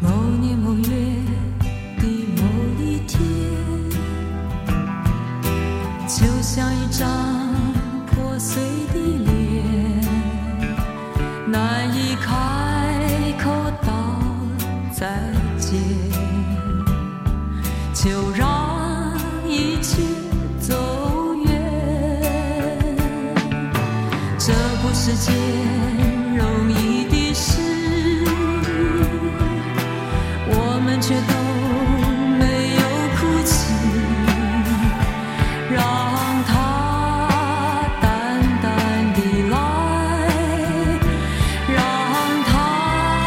Speaker 5: 某年某月的某一天，就像一张破碎的脸，难以开口道再见，就让一切走远。这不是件容易的事，我们却都没有哭泣，让它淡淡的来，让它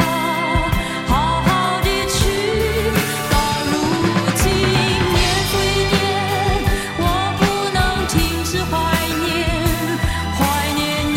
Speaker 5: 好好的去。到如今，年复一年，我不能停止怀念，怀念你。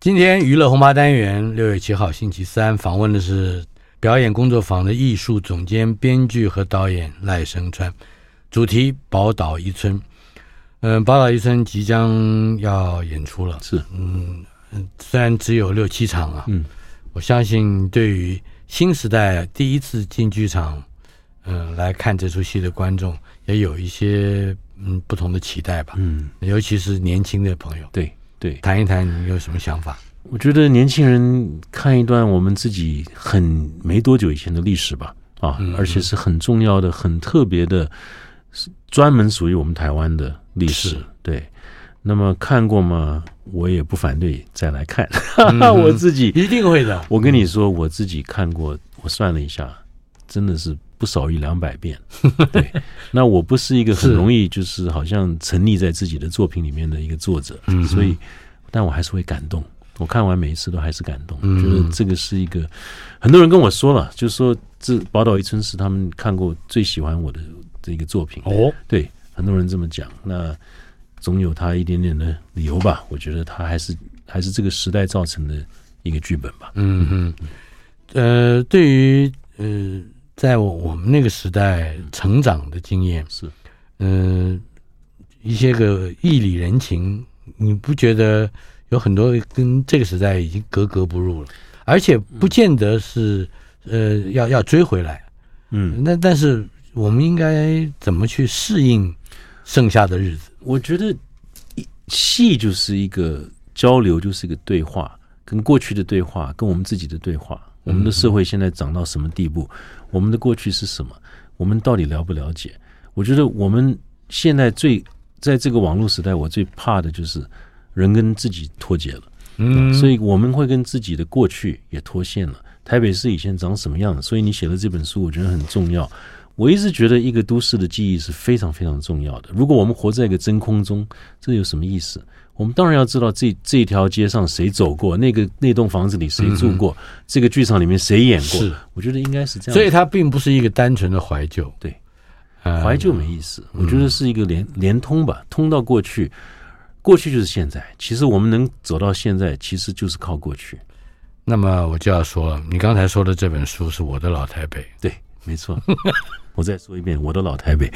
Speaker 2: 今天娱乐红八单元六月七号星期三访问的是表演工作坊的艺术总监、编剧和导演赖声川，主题宝岛一村。嗯，宝岛一村即将要演出了，
Speaker 3: 是
Speaker 2: 虽然只有六七场啊，
Speaker 3: 嗯，
Speaker 2: 我相信对于新时代第一次进剧场，嗯、来看这出戏的观众也有一些嗯不同的期待吧，
Speaker 3: 嗯，
Speaker 2: 尤其是年轻的朋友，
Speaker 3: 对对，
Speaker 2: 谈一谈你有什么想法？
Speaker 3: 我觉得年轻人看一段我们自己很没多久以前的历史吧，啊，而且是很重要的、很特别的，是专门属于我们台湾的历史
Speaker 2: 是。
Speaker 3: 对，那么看过吗？我也不反对再来看。 我自己，
Speaker 2: 一定会的，
Speaker 3: 我跟你说，我自己看过，我算了一下，真的是不少于两百 遍。对，那我不是一个很
Speaker 2: 是
Speaker 3: 容易就是好像沉溺在自己的作品里面的一个作者，
Speaker 2: 嗯
Speaker 3: 所以，但我还是会感动。我看完每一次都还是感动，
Speaker 2: 嗯
Speaker 3: 觉得这个是一个，很多人跟我说了，就说这《宝岛一村》是他们看过最喜欢我的这个作品。
Speaker 2: 哦，
Speaker 3: 对，很多人这么讲，那总有他一点点的理由吧。我觉得他还是还是这个时代造成的一个剧本吧。
Speaker 2: 嗯嗯，呃，对于呃，在我我们那个时代成长的经验，
Speaker 3: 嗯是，
Speaker 2: 嗯、一些个义理人情，你不觉得有很多跟这个时代已经格格不入了？而且不见得是呃要要追回来，
Speaker 3: 嗯，
Speaker 2: 那但是我们应该怎么去适应剩下的日子？
Speaker 3: 我觉得一戏就是一个交流，就是一个对话，跟过去的对话，跟我们自己的对话。我们的社会现在长到什么地步？我们的过去是什么？我们到底了不了解？我觉得我们现在最在这个网络时代，我最怕的就是人跟自己脱节了。
Speaker 2: 嗯
Speaker 3: 所以我们会跟自己的过去也脱线了。台北市以前长什么样所以你写了这本书，我觉得很重要。我一直觉得一个都市的记忆是非常非常重要的。如果我们活在一个真空中，这有什么意思？我们当然要知道这这条街上谁走过，那个那栋房子里谁住过，这个剧场里面谁演过
Speaker 2: 嗯是。
Speaker 3: 我觉得应该是这样。
Speaker 2: 所以它并不是一个单纯的怀旧，
Speaker 3: 对
Speaker 2: 呃，
Speaker 3: 怀旧没意思，我觉得是一个连连通吧，通到过去，过去就是现在。其实我们能走到现在，其实就是靠过去。
Speaker 2: 那么我就要说了，你刚才说的这本书是我的老台北，
Speaker 3: 对，没错。我再说一遍，我的老台北。